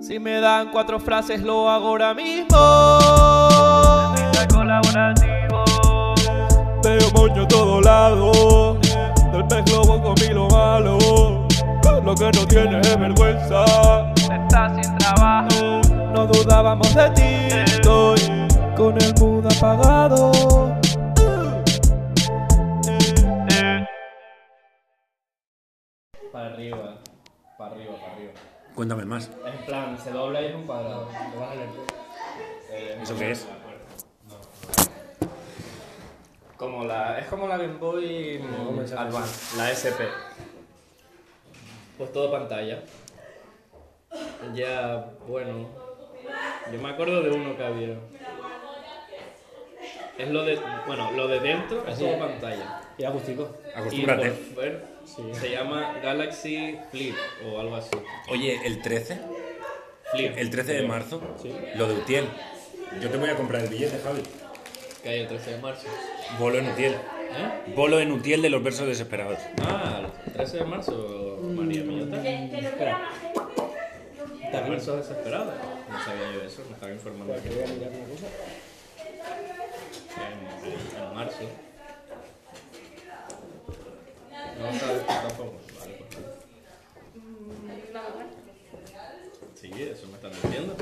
Si me dan cuatro frases lo hago ahora mismo. colaborativo. Veo moño a todo lado. Del pez globo comí lo malo. Lo que no tienes es vergüenza. Estás sin trabajo. No dudábamos de ti. Estoy con el mood apagado. Eh, Para arriba. Para arriba, para arriba. Cuéntame más. En plan, se dobla y es un cuadrado. Lo vas a leer tú. Eh, ¿Eso qué es? Como la, es como la Game Boy Advance, la SP. Pues todo pantalla. Ya, bueno. Yo me acuerdo de uno que había. Es lo de. Bueno, lo de dentro es todo pantalla. Y acústico. Y Acostúmbrate. por fuera se llama Galaxy Flip o algo así. Oye, el 13, Flip. el 13 de marzo, lo de Utiel. Yo te voy a comprar el billete, Javi. Que hay el 13 de marzo. Bolo en Utiel. ¿Eh? Bolo en Utiel de los versos desesperados. Ah, el 13 de marzo, María Millota. Espera. También versos desesperados. No sabía yo eso, me estaba informando aquí. Voy a mirar una cosa. En, en marzo. No sabes tú tampoco. Vale, pues. nada. Sí, eso me están diciendo.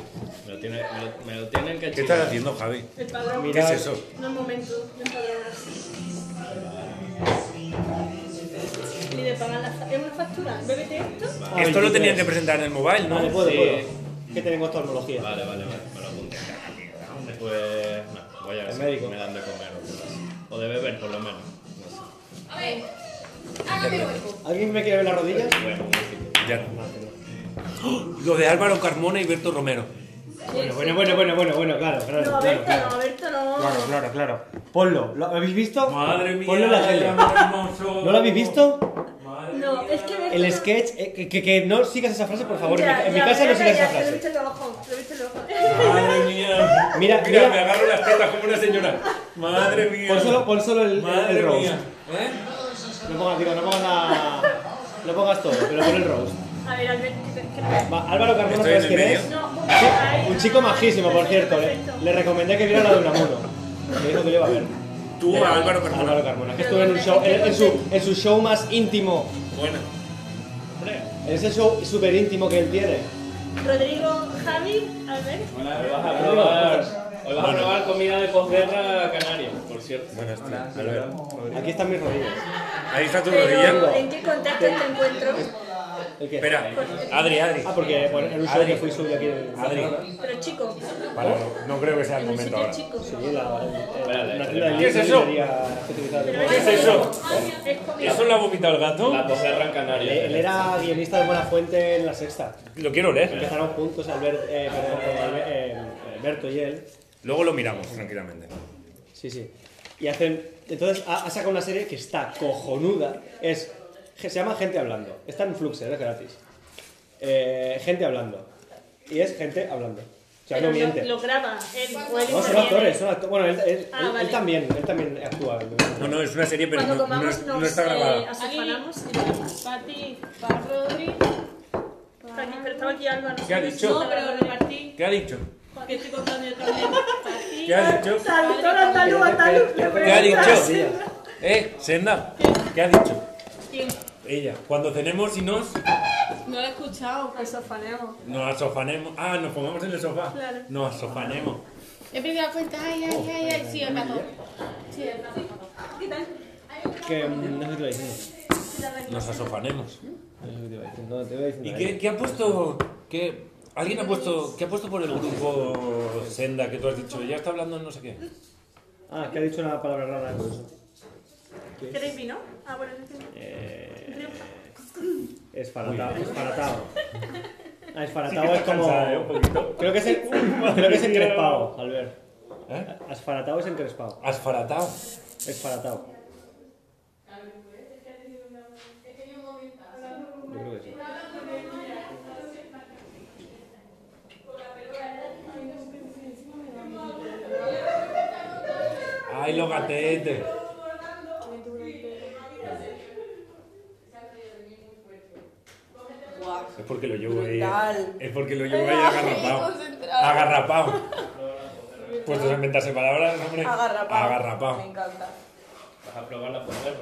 Me lo, tiene- me lo- me lo tienen que ¿Qué estás chivar. haciendo, Javi? El padrón. ¿Qué es eso? No, un momento. El padrón. Y le pagan la fa- ¿Es una factura? ¿Bébete esto? Esto lo tenían que presentar en el mobile, Vale, ¿no? puedo, Sí. puedo. Que tenemos oftalmología. Vale, vale, vale. Me lo apunté. Pues no, voy a ver si médico. me dan de comer o algo así. o de beber por lo menos. No sé. A ver, hágame hueco. ¿Alguien me quiere ver las rodillas? Bueno, música. Ya. ¡Oh! Lo de Álvaro Carmona y Berto Romero. Bueno, bueno, bueno, bueno, bueno, bueno, claro, claro. No, claro, Berta, no, claro. Berta, no. Claro, claro, claro. Ponlo. ¿Lo habéis visto? Madre mía, Ponlo en la tele. amor hermoso. ¿No lo habéis visto? No, es que Berta. El no- sketch. eh, que, que- que no sigas esa frase, por favor. En Ya, mi- en mi ya, casa no Berta, sigas ya, esa Lo he frase. visto en el ojo, lo he visto en el ojo. Madre mía. Mira, Mira, mira. me agarro las tetas como una señora. Madre mía. Pon solo, pon solo el, el, Madre el roast. mía. ¿Eh? No pongas, digo, no pongas la. No pongas todo, pero pon el roast. A ver, Alberto, que- que no- Va, Álvaro Carmona, Estoy en ¿sabes el quién es? medio. No, un chico ahí. Un chico majísimo, por cierto. ¿eh? Le, Perfecto. le recomendé que viera la de Unamuno. Me dijo que lo iba a ver. Tú a Álvaro Carmona. Álvaro Carmona, que estuvo en, un show, en, en su, en su show más íntimo. Buena. En ese show súper íntimo que él tiene. Rodrigo, Javi, Alberto. Hoy vas a probar, hoy vas a probar comida de posguerra canaria, por cierto. Buena, hostia. Álvaro. Aquí están mis rodillas. Ahí está tu Pero, rodilla. ¿en qué contacto te encuentro? ¿El qué? Espera. Adri, Adri. Ah, porque bueno, en un show que fui suyo aquí en Adri. Pero chico, Para, no, no creo que sea el en un momento sitio ahora. chico. Sí, la- en- en una tienda de ¿Qué es eso? librería que utilizaba Pero el- ¿Qué es eso? Es comida. ¿Eso lo ha vomitado el La gato? posguerra en Él Canarias. era guionista de Buena Fuente en la sexta. Lo quiero leer. Empezaron juntos Albert, eh, perdón, Albert- eh, Alberto y él. Luego lo miramos tranquilamente. Sí, sí. Y hacen. Entonces ha, ha sacado una serie que está cojonuda. Es. que Se llama Gente Hablando. Está en Fluxer, es gratis. Eh, gente Hablando. Y es gente hablando. O sea, Pero no miente. Lo, lo graba él o él No, son interviene. actores, son actores. Bueno, él, él- Ah, él- él vale. también, él también actúa. No, no, es una serie, pero Cuando no, no comamos es- no nos está eh, grabada. asofanamos. Pati, pa Rodri. Está aquí, pero estaba aquí Alba. ¿Qué ha dicho? No, pero repartí. ¿Qué ha dicho? Que estoy contando yo también. Pati. ¿Qué ha dicho? Traductor andaluz, andaluz. le ¿Qué ha preguntas. dicho? ¿Eh? Senda. ¿Qué ha dicho? ¿Quién? Ella. Cuando cenemos y nos, No lo he escuchado. pues, Asofanemos. nos asofanemos. Ah, nos pongamos en el sofá. Claro. Nos asofanemos. He perdido la cuenta. Ay, ay, ay, ay. Sí, el gato. Sí, el gato. ¿Qué tal? Que mm, no sé qué te iba diciendo. Nos asofanemos. No sé qué te iba diciendo. No, te iba diciendo ¿Y ahí. qué, qué ha puesto? Qué, ¿Alguien ha puesto, qué ha puesto por el grupo Senda que tú has dicho? Ya está hablando no sé qué. Ah, que ha dicho una palabra rara. por eso. ¿Queréis vino? Ah, bueno, sí, sí. Eh, Rioja. es faratado. Es faratado. Ah, es faratado, Sí que es está como. cansada, ¿eh? Un poquito. Creo que es, en- creo que es encrespado, Albert. ¿Eh? Asfaratao es encrespado. Asfaratado. Esfaratao. Yo creo que sí. Ay, lo gatete. Guau. Es porque lo llevo ahí. Brutal. Es porque lo llevo ahí agarrapado. Concentrado. Agarrapado. Puestos a inventarse palabras, hombre. Agarrapao. Me Agarrapao. encanta. Vas a probar la posguerra.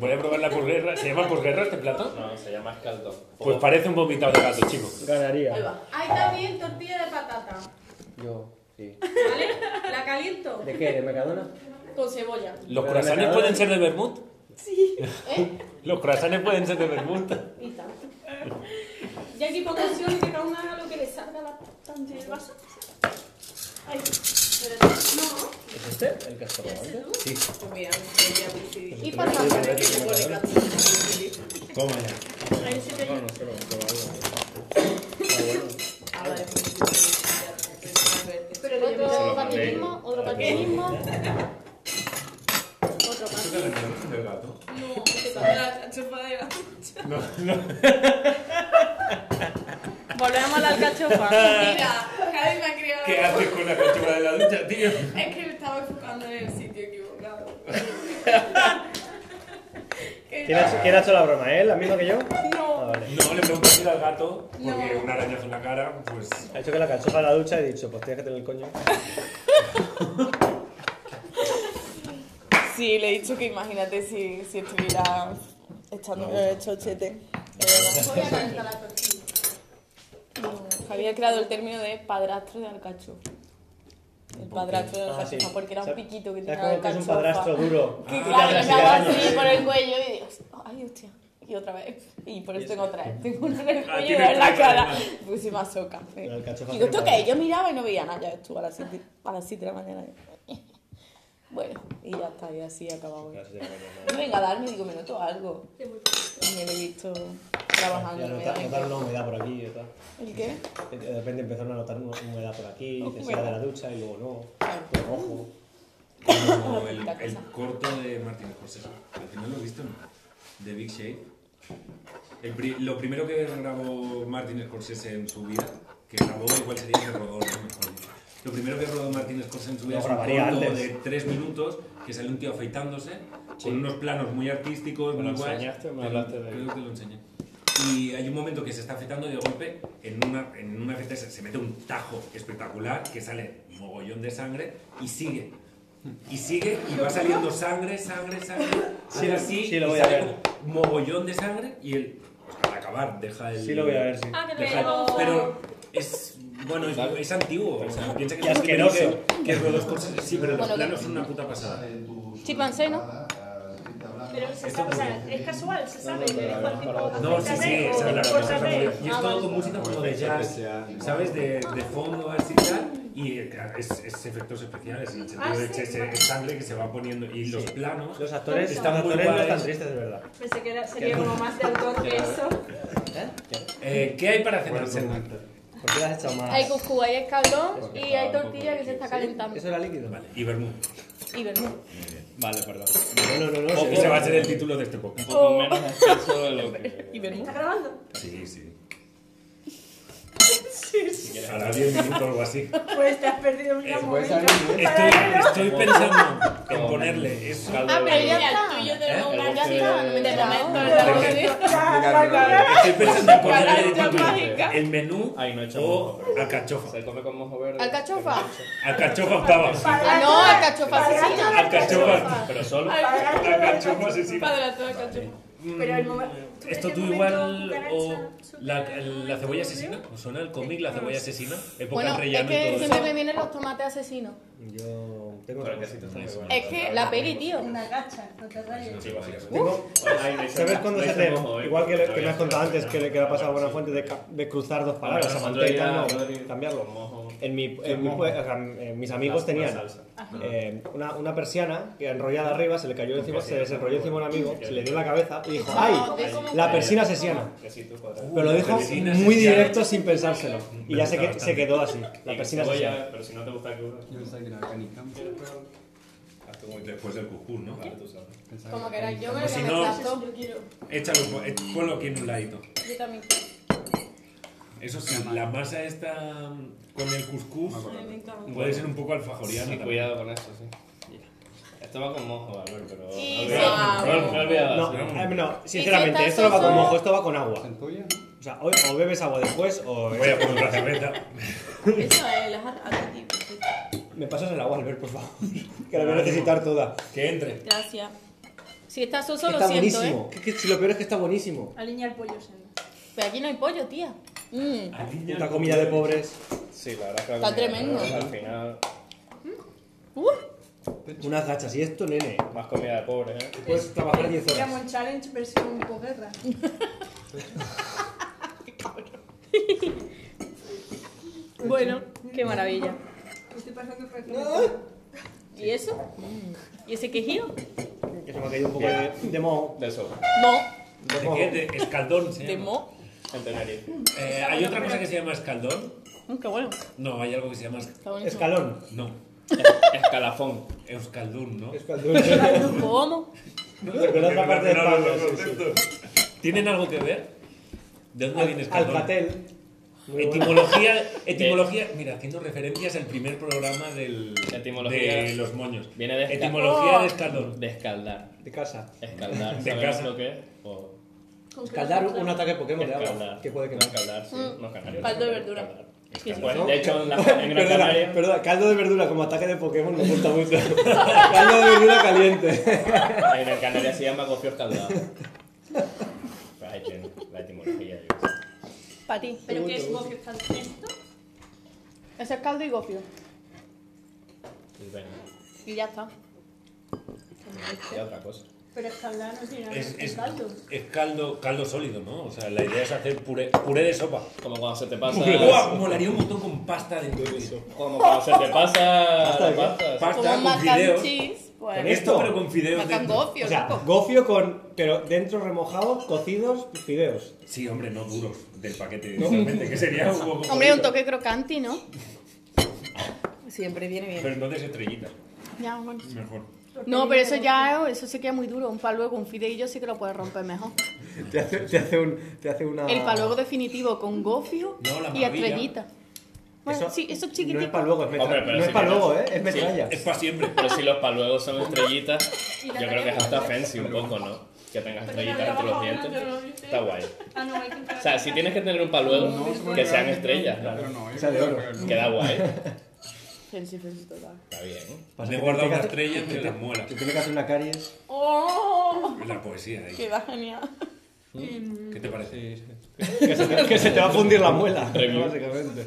Voy a probar la posguerra. ¿Se llama posguerra este plato? No, se llama escaldón. Pues parece un vomitado de gato, chico. Ahí Ganaría. va. Hay también tortilla de patata. Yo, sí. ¿Vale? La caliento ¿De qué? ¿De Mercadona? con cebolla. ¿Los Pero croissants me pueden ser de vermut? ¿Eh? Los croissants pueden ser de vermut. Y tal. Y aquí pongo opción y que cada uno haga lo que le salga la pantalla del vaso. Ay, espérate. No. ¿Es este? ¿El que has probado antes? Pues mira, cebolla decidí. Y patata. Toma ya. Ahí se te Ah, vale, pues, ya, ya, ya. Pero otro paquetismo, otro paquetismo. Otro más. del gato? No, que también la chupa de gato. No, no. Volvemos a la alcachofa. Mira, Javi me ha criado. ¿Qué haces con la cachupa de la ducha, tío? Es que me estaba enfocando en el sitio equivocado. Que ¿Quién ha, hecho- quién ha hecho la broma? ¿Él? ¿La misma que yo? Ah, No. vale. No, le preguntas al gato, porque No. un arañazo en la cara, pues. Ha hecho que la cachofa a la ducha y he dicho, pues tienes que tener el coño. Sí, le he dicho que imagínate si, si estuviera echando el chochete. Eh, Voy a calentar la tortilla. Había creado el término de padrastro de alcachofa. El padrastro de Ah, sí. alcachofa, porque era un ¿Sabes- piquito que tenía ¿Sabes la cómo Ah, que es alcachofa. un padrastro duro? Que Y te claro, hace me hago daño. así por el cuello y digo, ay, hostia. Y otra vez. Y por eso tengo otra vez. Tengo uno en el Ah, cuello y tienes dos en la tres, cara. además. Pues sí, más soca. sí. La alcachofa Digo, ¿esto fría. qué? Yo miraba y no veía nada. Ya estuvo a las 7 a las siete de la mañana. Bueno, y ya está, y así acabamos. Venga, darme, digo, me noto algo. Y me lo he visto trabajando. Ya no me nota- da Notar una humedad por aquí y tal. ¿El qué? De repente empezaron a notar una humedad por aquí, que se iba de la ducha y luego no. Claro. Ojo. Una Como el, puta el cosa. corto de Martin Scorsese. Al final lo he visto, ¿no? De Big Shape. El pri- lo primero que grabó Martin Scorsese en su vida, que grabó igual sería que rodó, ¿no? Mejor dicho. Lo primero que rodó Martin Scorsese en su vida Lo es un grabaría corto antes. de tres minutos que sale un tío afeitándose con unos planos muy artísticos, Me lo muy guays. enseñaste, me Te lo- hablaste de él. Creo que lo enseñé. Y hay un momento que se está afeitando y de golpe en una, en una fiesta se, se mete un tajo espectacular que sale mogollón de sangre y sigue. Y sigue y va saliendo sangre, sangre, sangre. Sí, Hace así, sí, lo y voy a sale ver. un mogollón de sangre y él, pues, al acabar, deja el. Sí lo voy a ver, sí. Ah, que te deja el- llevamos pero es. Bueno, es, es antiguo. O sea, piensa que Qué es primero asqueroso. Que, que rodó Scorsese. Sí, pero los Bueno, que- planos son una puta pasada. Chip and Say, ¿no? eh, Pero se sabe, o sea, es casual, se sabe. Yo elijo el tipo de No, sí, sí, o esa es la cosa. córtame. Y es todo con música como de pues jazz, ¿sabes? De, de fondo así y tal. Y eh, claro, es, es efectos especiales, en el sentido de que ese sangre que se va poniendo y los planos. Los actores, Están los muy actores no guays. están tristes, de verdad. Pensé que era- sería como más de autor que eso. Eh, ¿Qué hay para cenar? Sena? ¿Por qué le has echado más? Hay cucú, hay escaldón y hay tortilla que se está calentando. ¿Eso era líquido? Vale, y vermú. Y vermú. Vale, perdón. No, no, no. no sí, Ese va a ser el título de este podcast. Un poco menos exceso de lo que. Oh. Y vermú. ¿Mm? ¿Estás grabando? Sí, sí. Hará 10 minutos o algo así. Pues te has perdido Eh, mi amor. Estoy, estoy pensando en ponerle eso. Ah, pero ya está. El tuyo tenemos ¿Eh? una Ya está, no me De enteraba. momento, ¿De qué? Estoy pensando en ponerle de título el menú Ay, no he hecho o mojo, alcachofa. Se come con mojo verde. ¿Alcachofa? Alcachofa octava. Ah, no, alcachofa asesina. Alcachofa. Pero solo. Alcachofa asesina. Padrastro de alcachofa. Pero el momento. Mm, Esto tú igual o la, la cebolla asesina, ¿os suena el cómic La cebolla asesina? Época Bueno, es rellano y que todo siempre me eso. vienen los tomates asesinos. Yo tengo Pero otra que cosa. si tú estás igual. Es que la peli, tío. Una gacha, no te rayes. Sí, vale. Tengo- Ay, no he hecho ¿Sabes mojo, cuando no se he hecho hace? mojo, eh. Igual que, lo- que me Todavía has contado estoy antes, que le, que le ha pasado a Buenafuente de, ca- de cruzar dos palabras, Bueno, a manteca y tal, otro no, día- cambiarlo. con mojo. En, mi, en mi- o sea, en mis amigos Más- tenían más salsa. eh, una, una persiana que enrollada arriba se le cayó encima, se desenrolló encima a un amigo, se le dio en la cabeza y dijo, ¡ay! La persina asesina. Que si tú cuadras. Pero lo dijo persina muy asesina. directo sin pensárselo. Y ya se, que- se quedó así, la Y persina cebolla, asesina. Pero si no te gusta el crudo. Después del cucú, ¿no? Vale, tú sabes. Como queráis, yo me Pues lo si que me no- salto. Yo quiero. Échalo, eh, ponlo aquí en un ladito. Yo también. Eso sí, la masa esta mm, con el cuscús Me encanta. puede ser un poco alfajoriana. Sí, también. cuidado con eso, sí. Estaba con mojo, Albert, pero. Sí, no sí. Ah, olvidaba- No no olvidaba. No, sí. eh, no, sinceramente, esto no va con mojo, esto va con agua. O sea, o, o bebes agua después o. Voy a poner una cerveza. Eso es, las atractivas. Me pasas el agua, Albert, por favor. Que la voy a necesitar toda. Que entre. Gracias. Si está soso, Está lo siento, ¿eh? buenísimo. Que- que si lo peor es que está buenísimo. Alinear pollo senda. Pero aquí no hay pollo, tía. Mm. Puta comida de pobres. Sí, la verdad es que la Está comida, tremendo. pero Al final, Uh, Unas gachas. Y esto, nene. más comida de pobre, ¿eh? Puedes trabajar 10 horas. Llamo el challenge versión posguerra. bueno, qué maravilla. Estoy pasando perfectamente. ¿Y eso? ¿Y ese quejío? Que se me ha caído un poco de, de moho. De eso, Mo, De ¿De moho. qué? De escaldón. se de llama. mo. en Tenerife. Eh, ¿Hay otra cosa que se llama escaldón? Mm, qué bueno. No, hay algo que se llama. Está buenísimo. Escalón. No, Escalafón. euskaldun, ¿no? Escaldón. ¿Cómo? Recuerdas la parte de Relacionado Pablo. los sí, sí. conceptos. ¿Tienen algo que ver? ¿De dónde viene escaldón? Alcatel. Muy bueno. Etimología, etimología, mira, haciendo referencias al primer programa del, Etimología. de los moños. Viene de esca- Etimología de Oh. escaldón. De escaldar. De casa. Escaldar. De ¿sabes casa. lo que es? O Escaldar un ataque Pokémon de agua. escaldar. Que puede No, quemar. escaldar, sí. No, canarios. Caldo Mm. de no, verdura. escaldar. Sí, sí. Bueno, de hecho, en, la, en Gran Perdona, Canaria. perdona, caldo de verdura como ataque de Pokémon me gusta mucho. caldo de verdura caliente. En Gran Canaria se llama gofio escaldado. Pues ahí tiene la etimología. yo qué sé. Para ti. ¿Pero qué es gofio calcento? Ese es caldo y gofio. Y bueno, Y ya está. y otra cosa. Pero escaldar no tiene nada Es, que es- caldo. es caldo, caldo sólido, ¿no? O sea, la idea es hacer puré, puré de sopa. Como cuando se te pasa. Guau, molaría un montón con pasta dentro de eso. Como cuando se te pasa. Hasta la pasta. Como Pasta un con mac and fideos. cheese. Pues, Con Esto, pero con fideos mac and dentro. gofio, O sea, loco. gofio con. Pero dentro remojado, cocidos, fideos. Sí, hombre, no duros del paquete directamente, que sería un poco Hombre, un jodido. toque crocanti, ¿no? Siempre viene Pero bien. entonces estrellita, Ya, bueno. mejor. No, pero eso ya eso se queda muy duro. Un paluego, un fideillo sí que lo puedes romper mejor. Te hace, te hace un. Te hace una. El paluego definitivo con gofio No, la y maravilla. estrellita. Bueno, sí, eso es No es chiquitico. paluego, es Hombre, metralla. pero No es si paluego, ¿eh? quieres- Es metralla. Es para siempre. Pero si los paluegos son estrellitas, Y yo la creo que es tenemos. hasta fancy un poco, ¿no? Que tengas Pero ya estrellitas entre los habíamos hablado, dientes. ¿no? Está guay. Ah, no, hay que O sea, si tienes que tener un paluego, que sean estrellas, ¿no? O sea, de oro. Queda guay. Fancy, fancy, total. Está bien. Pasa Le he guardado que tiene una que hacer- estrella entre las muelas. Que tiene que hacer una caries. ¡Oh! La poesía ahí. ¿Mm? Queda genial. Em, ¿Qué te parece? Que se, te, que se te va a fundir la muela. Review. Básicamente.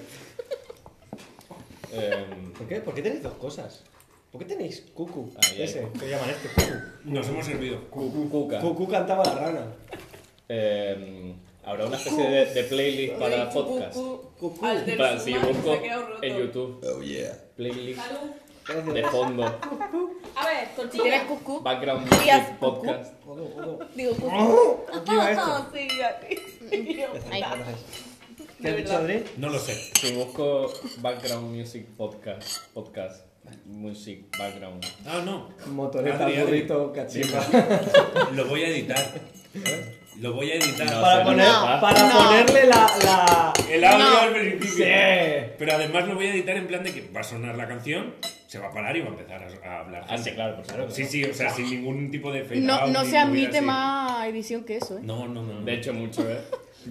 Em, ¿Por qué? ¿Por qué tenéis dos cosas? ¿Por qué tenéis cucu? Ay, ay. Ese, que llaman este cucu. Nos hemos servido. Cuca. Cucu cantaba la rana. Em, Habrá una especie de, de playlist para podcast. Cucú. Al del Para si Zumba, busco se quedó roto. en YouTube. Playlist Salud. de fondo. A ver, Si tortilla. tienes cucú, Background Sí, haz music cucú. podcast. Odo, odo. digo cucú. Aquí va esto. sí, aquí. Ahí. ¿Qué has dicho, Adri? No lo sé. Si busco background music podcast. Podcast. Music background. Ah, no. Motoreta, Adri, Adri. burrito, cachimba. ¿Eh? Lo voy a editar. Lo voy a editar. No, Para, no, poner, no. para No. ponerle la... la... El audio No. al principio. Sí. Pero además lo voy a editar en plan de que va a sonar la canción, se va a parar y va a empezar a, a hablar. Ah, sí, claro, por supuesto. Sí, sí, o sea, sin ningún tipo de fade No, out no ni se admite movida así. más edición que eso, ¿eh? No, no, no. De hecho, mucho, ¿eh?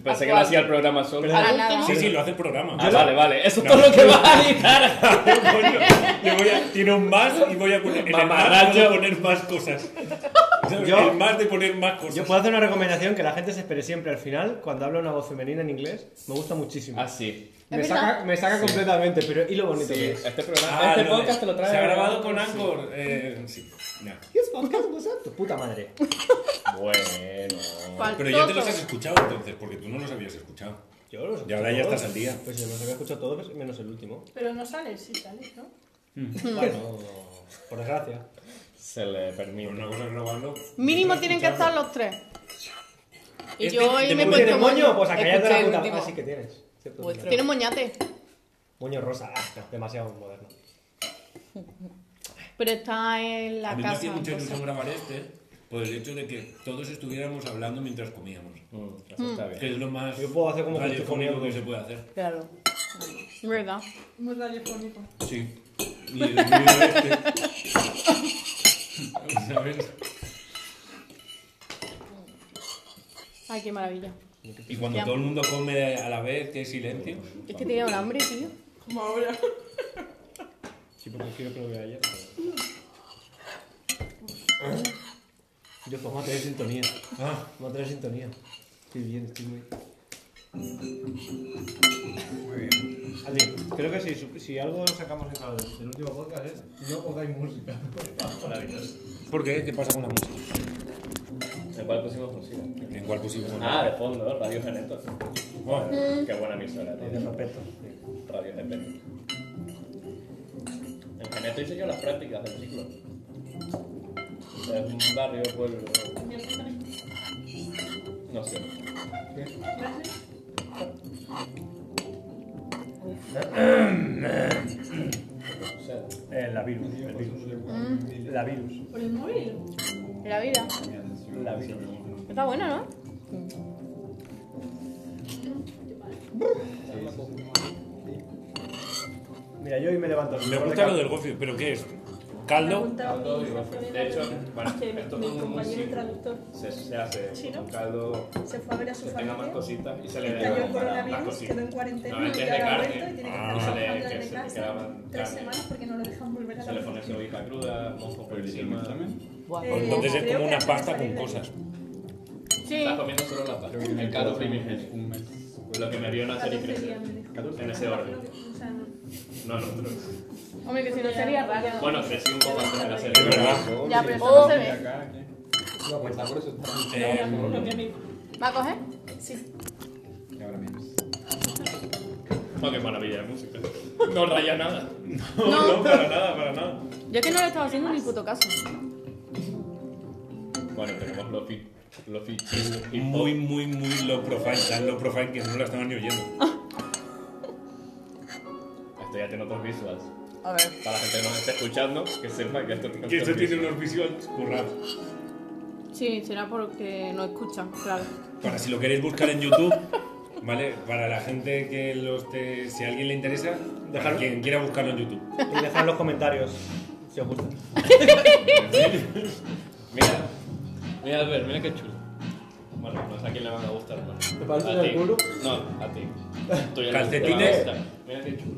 Pensé que lo hacía el programa solo. Para nada. sí, sí, lo hace el programa. Ah, vale, vale. Eso es todo lo que vas a editar. Coño, le voy a, tiene un más y voy a poner. En el más voy Mamarracho. a poner más cosas. Yo- el más de poner más cosas. Yo puedo hacer una recomendación que la gente se espere siempre al final, cuando habla una voz femenina en inglés, me gusta Ah, muchísimo. Así. Me Es saca, verdad. me saca completamente, pero y lo bonito que es. Este programa, Ah, este lo de- podcast te lo trae. Se ha grabado con Anchor. Eh, sí. No. ¿Qué es podcast? ¿Qué es tu puta madre? Bueno. Faltoso. Pero ya te los has escuchado entonces, porque tú no los habías escuchado. Yo los Y ahora escucho ya todos. estás al día. Pues yo los había escuchado todos, menos el último. Pero no sales, sí sales, ¿no? Bueno, por desgracia. Se le Pero permite. una cosa es grabarlo. Mínimo tienen que estar los tres. Y Este, yo hoy de me he momento, puesto ¿Tienes moño? moño. Pues a callar de Escuché la el puta último. Ah, sí que tienes. Cierto, Pues, tienes. Tiene moñate. Moño rosa. Ah, no, demasiado moderno. Pero está en la a mí me casa. hacía mucha entonces. ilusión grabar este por el hecho de que todos estuviéramos hablando mientras comíamos. Mm, Eso está bien. Que es lo más Yo puedo hacer como que estoy radiofónico que comiendo. se puede hacer. Claro. ¿Verdad? Muy radiofónico. Sí. Y el ruido este. ¿Sabes? Ay, qué maravilla. Y cuando todo el mundo come a la vez, que hay silencio. Es que tenía un hambre, tío. Como ahora. Sí, porque quiero que lo vea ayer. Yo pues vamos a tener sintonía. Ah, Vamos a tener sintonía. Estoy bien, estoy muy. Muy bien. Adri, creo que si, su- si algo sacamos de cada- del último podcast es no pongáis música. ¿Por qué? ¿Qué pasa con la música? ¿En cuál pusimos música? ¿En cuál pusimos? Ah, de fondo, Radio Geneto. Mm. Bueno, qué buena emisora, tío. De respeto. Radio Geneto. En Geneto hice yo las prácticas del ciclo. O sea, es un barrio, pueblo. No sé. O sea, Eh, la virus. El virus. La virus. Por el móvil. La vida. La virus. Está bueno, ¿no? Mira, yo hoy me levanto. Me gusta lo del gofio, pero ¿qué es? ¿Caldo? de hecho, bueno, esto es mi un compañero músico. traductor se, se hace Sí, ¿no? un caldo Se fue a ver a su que tenga más familia. cositas y se le Cayó el da más coronavirus, cositas. quedó en No, cuarentena es y de ahora ha carne. vuelto y tiene que Ah, estar vale, trabajando que desde se casa quedaban tres carne. semanas porque no lo dejan volver a Se le pone la cebolla cruda, mojo por encima. Estás Buah. Eh, Entonces es creo como que una hay que pasta salir con de- cosas. Sí. comiendo solo la pasta. El caldo primigenio. Lo que me vio nacer y crecer. En ese orden. No en otro. Hombre, que si no sería raro. Bueno, crecí un poco antes de nacer. Es verdad. Ya, pero eso no se ve. Eh, ¿Va a coger? Oh, qué maravilla de música. No raya nada. No, no, para nada, para nada. Yo es que no le estaba haciendo ni puto caso. Bueno, tenemos los fi- los fichitos. muy, muy, muy low profile. Tan low profile que no la estaban ni oyendo. Esto ya tiene otros visuals. A ver. Para la gente que nos está escuchando, que sepa que esto tiene Que esto otros tiene visuals. unos visuals currados. Sí, será porque no escucha, claro. Para si lo queréis buscar en YouTube, ¿vale? Para la gente que lo esté. Si a alguien le interesa, para quien quiera buscarlo en YouTube. Y dejad los comentarios si os gusta. Mira, mira Albert, mira qué chulo. Bueno, no sé a quién le van a gustar, bueno. ¿Te parece ¿A el ti? culo? No, a ti. Tú ya no Calcetines. te va a gustar. Mira qué chulo.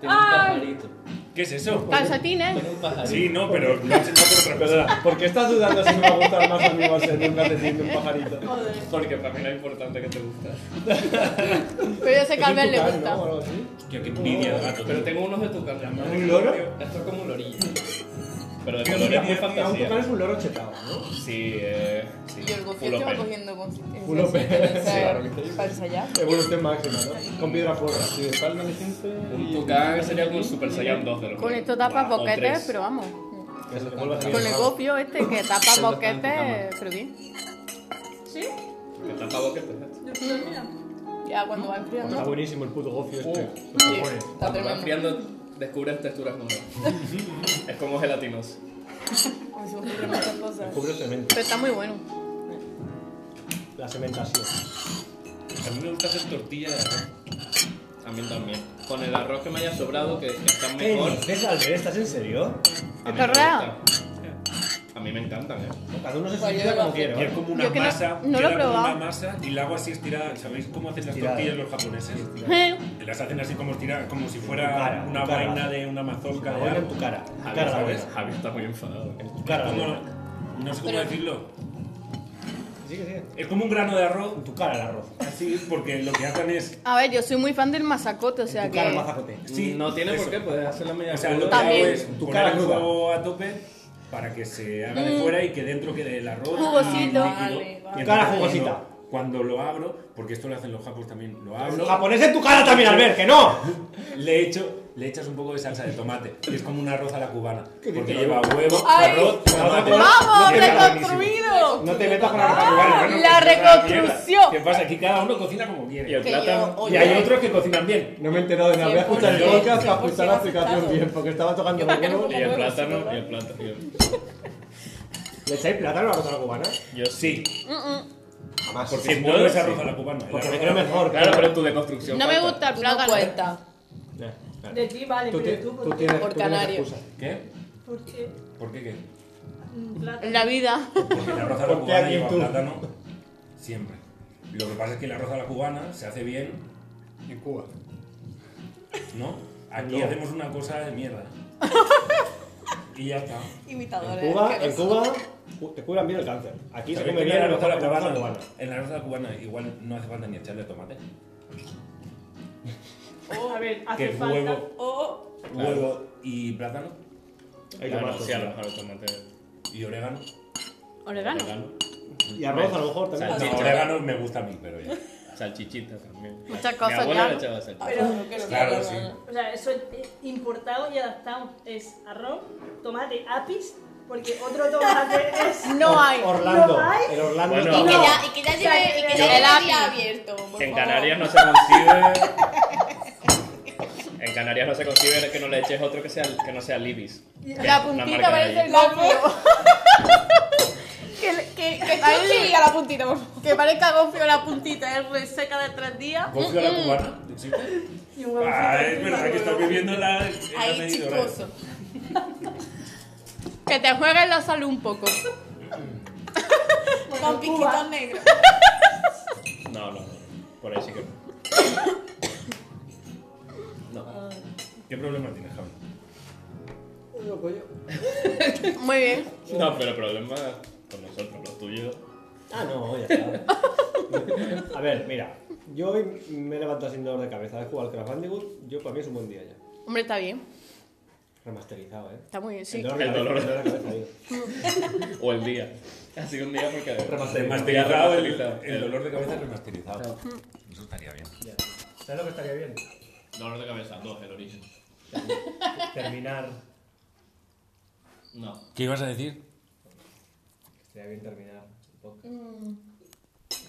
Tiene un Ay. pajarito. ¿Qué es eso? Ah. Calzatines. Tiene un pajarito. Sí, no, pero lo has hecho por otra cosa. ¿Por qué estás dudando si me va a gustar más a mí o a ser nunca decirme un pajarito? Porque para mí no es importante que te guste. Pero yo sé que a Albert le Tucán, gusta. ¿no? O algo así. Tío, qué envidia el gato. Ah, Pero tengo unos de tu cara. ¿Un loro? Esto es como un lorillo. Pero de Pero colores muy mira, mira, Un tucán fantasía. es un loro chetado, ¿no? Sí, eh. Sí. Yo el gofio Pulo estaba pelo. cogiendo con. Pulo eso, pelo. o sea, Para ensayar. Evolución máxima, ¿no? Con piedra fuera. Sí, de espalda de gente. Un tucán sería como un Super Saiyan 2 de los Con míos. esto tapas Guau, o boquetes, tres. pero vamos. Eso, vuelve a salir. Con el gofio este que tapa boquetes, pero bien. ¿Sí? Que tapa boquetes, ¿eh? ¿Lo puedo mirar? Ya cuando va enfriando. Está buenísimo el puto gofio este. sí, cojones. Está Cuando va tremendo. enfriando, descubres texturas nuevas. es como gelatinos. Me se me ocurren muchas cosas. Descubre cemento. Pero está muy bueno. La cementación. A mí me gusta hacer tortillas. A mí también. Con el arroz que me haya sobrado, que está mejor. dices, Albert? ¿Estás en serio? A mí ¿Está me real? gustan. A mí me encantan, ¿eh? Cada uno se Pues yo sentía lo como acepto. Y es quiere. como Yo una es que no- masa. no lo he queda como probado. Una masa y la hago así estirada. ¿Sabéis cómo hacen las Estirada. tortillas los japoneses? Eh, Que Las hacen así como estirada, como si Tu fuera cara, una tu cara. vaina de una mazorca de Ahora en algo. tu cara. Tu Javi, cara la ¿sabes? buena. Javi está muy enfadado. ¿eh? Tu cara la Como- buena. no sé cómo Pero- decirlo. Sigue, sigue. Es como un grano de arroz, Tu cara el arroz. así, porque lo que hacen es. A ver, yo soy muy fan del masacote, o sea Tu cara el que. mazacote. Sí, no tiene eso. por qué, puedes hacer la media O sea, lo que hago También. es Tu poner cara el cruda. fuego a tope para que se haga de fuera y que dentro quede el arroz. Jugosito. y el líquido. Mm. Vale, vale. Y entonces Cara cuando- jugosita. Cuando lo abro, porque esto lo hacen los japos también, lo abro. Los japoneses tu cara también, Albert, que no. Le, echo, le echas un poco de salsa de tomate. Y es como un arroz a la cubana. Porque dices? lleva huevo, ¡Ay! arroz, tomate. ¡Vamos, y está buenísimo. reconstruido! No te metas con la ropa Bueno, bueno, ¡La pues, esa mierda. reconstrucción! ¿Qué pasa? Aquí cada uno cocina como Y el quiere. Que plátano. yo- Y hay otros que cocinan bien. No me he enterado de nada. Voy a escuchar el 100%, podcast para escuchar la explicación 100% bien, porque estaba tocando los huevos. Y el plátano. Y el plátano. y el- ¿Le echáis plátano a la cosa cubana? Yo sí. Jamás. Porque Si no puedes, es arroz sí. a la cubana. el Porque arroz me a la- queda mejor, Claro, pero claro. en tu deconstrucción. No me falta. gusta el Tú no plátano. cuenta. Eh, claro. De ti, vale, Tú, pero ti- tú, tú tienes, Por tú tienes canario. excusa. ¿Qué? ¿por qué? ¿Por qué qué? En la vida. Porque la roza a la cubana lleva plátano siempre. Lo que pasa es que la roza a la cubana se hace bien, En Cuba. ¿no? Aquí hacemos una cosa de mierda. Y ya está. Imitadores. En Cuba, qué en oso. Cuba, cu- te curan bien el cáncer. Aquí se ¿Sabéis come que bien en la la roza a roza la la cubana, cubana. en la roza a la cubana igual no hace falta ni echarle tomate? Oh, A ver, Que hace el falta. huevo- Oh, Claro. Huevo y plátano Hay Claro, tomates. sí, a lo mejor tomate. y orégano. orégano. Y arroz a lo mejor también. No, Salchicha. orégano me gusta a mí, pero ya. Salchichita también. Muchas Mi cosas, abuela claro. le echaba salchicha. Pero, Claro, sí. o sea, eso es eh, importado y adaptado. Es arroz, tomate, apis, porque otro tomate es. No hay. Orlando. ¿No hay? El Orlando. Bueno, está- Y que No. ya, y que ya lleve, y que ya lleve El API. día abierto. por En favor. Canarias no se concibe. En Canarias no se concibe que no le eches otro que, sea, que no sea Libis. La puntita parece el gofio. Que, que, Que que- Chuchi diga la puntita, por favor. que parezca gofio la puntita, es reseca de tres días. ¿Gofio a la cubana? ¿Existe? Y un huevo Ah, es verdad que estás viviendo la. en la Ahí, medidora. chistoso. Que te juegues la salud un poco. Con piquitos negros. No, no, no. Por ahí sí que no. No. ¿Qué problema tienes, Javi? Muy bien. No, pero el problema con nosotros, los tuyos. Ah, no, ya está. A ver, mira. Yo hoy me he levantado sin dolor de cabeza. He jugado al Crash Bandicoot. Yo para mí es un buen día ya. Hombre, está bien. Remasterizado, ¿eh? Está muy bien, sí. El de cabeza, dolor. el de cabeza, digo. O el día. Así que un día porque. Remasterizado, el, Remasterizado. el dolor de cabeza remasterizado. Eso estaría bien. ¿Sabes lo que estaría bien? Dolor de cabeza, dos, el origen. Terminar. No. ¿Qué ibas a decir? Estaría bien terminar el podcast.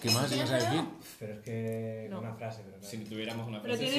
¿Qué más ibas a decir? Pero es que. Una frase, pero no. Si tuviéramos una Pero frase tiene-